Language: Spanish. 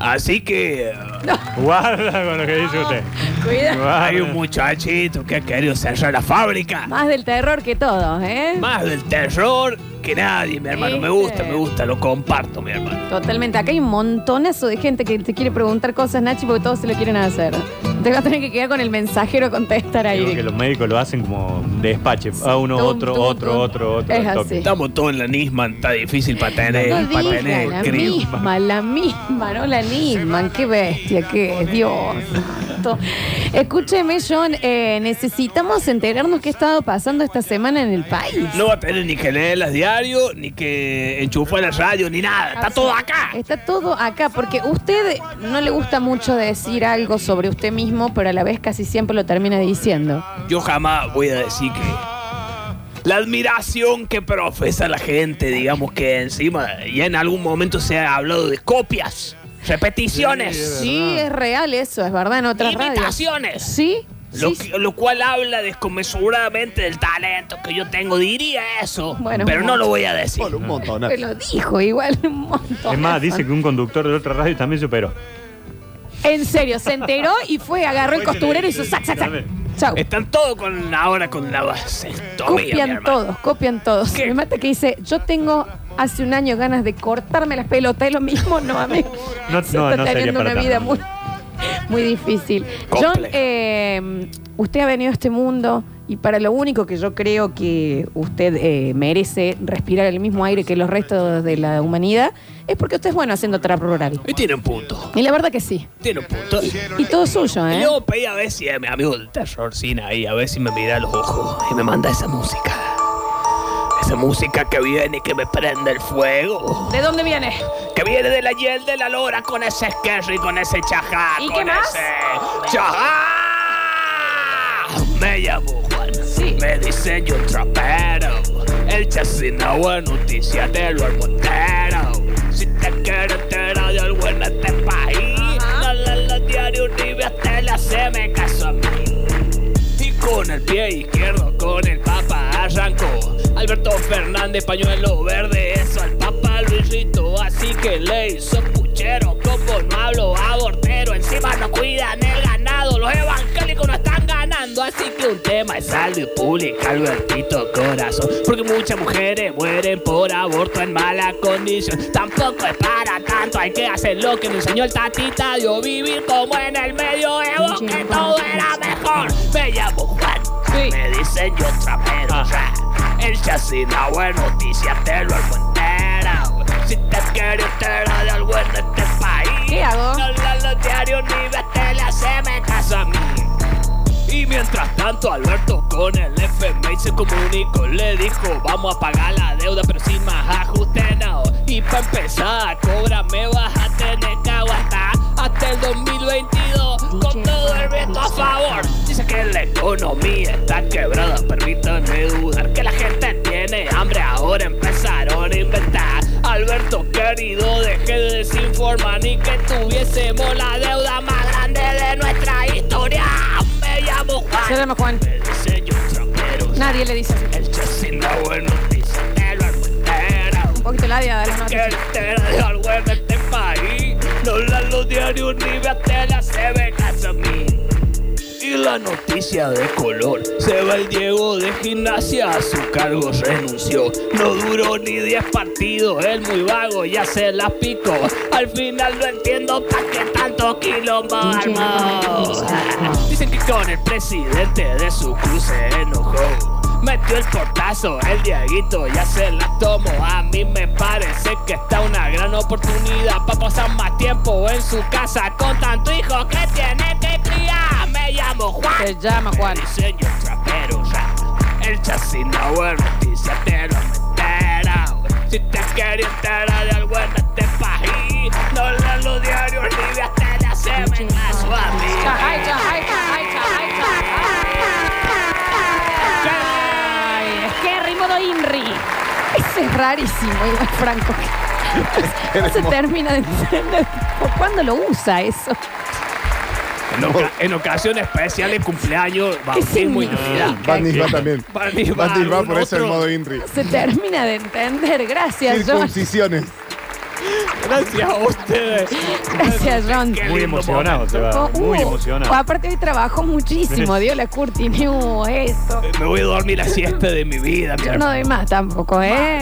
Así que eh, Guarda con lo que dice usted. Cuidado. hay un muchachito que ha querido cerrar la fábrica. Más del terror que todos, ¿eh? Más del terror que nadie, mi hermano. Me gusta, Este. me gusta, lo comparto, mi hermano. Totalmente. Acá hay un montonazo de gente que te quiere preguntar cosas, Nachi, porque todos se lo quieren hacer. Te vas a tener que quedar con el mensajero a contestar Digo que ahí. los médicos lo hacen como un despache. A uno, Ah. Tum, otro, tum, otro, tum. otro, otro. Es al toque. así. Estamos todos en la Nisman, está difícil para tener, No para diga, tener la crío. misma, la misma, no la misma. Qué bestia, qué es, Dios. santo. Escúcheme, John, eh, necesitamos enterarnos qué ha estado pasando esta semana en el país. No va a tener ni que leer las diario, ni que enchufar la radio, ni nada. Está todo acá. Está todo acá, porque usted no le gusta mucho decir algo sobre usted mismo, pero a la vez casi siempre lo termina diciendo. Yo jamás voy a decir que la admiración que profesa la gente, digamos que encima ya en algún momento se ha hablado de copias, repeticiones, Sí, es real eso, es verdad, en otras radios. imitaciones. Sí, Lo, sí, que- lo cual habla descomesuradamente del talento que yo tengo, diría eso, Bueno, pero un no lo montón. voy a decir. Bueno, un montón. te lo dijo igual un montón. Es más, dice que un conductor de otra radio también superó. En serio, se enteró y fue, agarró el costurero y hizo sac, sac, sac. Chau. Están todos con ahora con la vasectomía, mi Copian hermano. todos, copian todos. ¿Qué? Me mata que dice, yo tengo hace un año ganas de cortarme las pelotas, es lo mismo, no a mí. No, Se no, está no sería teniendo para una vida tanto. muy, muy difícil. Complejo. John, eh, usted ha venido a este mundo y para lo único que yo creo que usted eh, merece respirar el mismo aire que los restos de la humanidad es porque usted es bueno haciendo trap rural. Y tienen punto, Y la verdad que sí. tienen punto. Y todo suyo, Y ¿eh? Yo pedí a ver si a mi amigo del terror Sina ahí, a ver si me mira a los ojos y me manda esa música. Esa música que viene y que me prende el fuego. ¿De dónde viene? Que viene de la hiel de la lora con ese y con ese chajá. ¿Y con qué más? ese chajá. Me llamo Juan. Sí. Me dicen yo trapero. El chasinawa noticia de lo montero. Si te quieres tirar de algo en este país, Ajá. dale los diarios Univia, te la haceme caso a mí. Y con el pie izquierdo, con el papa arrancó. Alberto Fernández, pañuelo verde, eso al papa Luisito. Así que le hizo puchero, poco no hablo abortero. Encima no cuidan el ganado, los evangélicos no están ganando. Así que un tema es salud y pública, Albertito Corazón. Porque muchas mujeres mueren por aborto en mala condición. Tampoco es para tanto, hay que hacer lo que me enseñó el tatita. Yo vivir como en el medio evo, que todo era mejor. Me llamo Juan, me dicen yo trapero. Ah. ya. El chasis da buena noticia, te lo hago entero. Si te quieres enterar de algo en este país, ¿Qué hago? no leas los diarios ni ves tele, haceme caso a mí. Y mientras tanto, Alberto con el FMI se comunicó, le dijo, vamos a pagar la deuda, pero sin más ajuste no. Y para empezar, cobra, me vas a tener que aguantar hasta el 2022 con todo el viento a favor. Dice que la economía está quebrada, permítanme dudar que la gente tiene hambre, ahora empezaron a inventar. Alberto querido, dejé de desinformar ni que tuviésemos la deuda más grande de nuestra historia. Me llamo Se Juan. llama Juan. Me dice yo trapero. Nadie le dice así. El chasino bueno dice te lo armo entero. Un poquito labia de las Que noticias. entera de algo en este país. No la los diarios ni veas tela, se ve caso a mí. Y la noticia de color, se va el Diego de gimnasia, a su cargo renunció. No duró ni 10 partidos, el muy vago ya se la picó. Al final no entiendo pa' qué tanto quilombo armó. Dicen que con el presidente de su cruz se enojó. Metió el portazo, el Dieguito ya se la tomó. A mí me parece que está una gran oportunidad para pasar más tiempo en su casa con tanto hijo que tiene que criar. Me llamo Juan. Se llama Juan. Me dicen yo trapero rap. El chasino bueno, noticia te lo meterao. Si te quieres enterar de algo en este país, no leas los diarios ni veas tele, haceme caso a mí. Ay, ya, ay, ya, ay, ya, ay, ya, ay. Ay, es que ritmo de Inri. Ese es rarísimo, igual Franco. No se termina de entender. ¿Por ¿Cuándo lo usa eso? En, oca- en ocasiones especiales, cumpleaños, bautismo y Navidad. significa? Bandy va también. Bandy va, Bandy va algún por eso el otro. modo Inri. No se termina de entender. Gracias, John. Circuncisiones. Gracias a ustedes. Gracias, Ron. Qué Muy lindo emocionado se va. Oh, Muy uh, emocionado. Aparte hoy trabajó muchísimo, dio la curti, uh, eso. momento. Me voy a dormir la siesta de mi vida, mi Yo no doy más tampoco, ¿eh?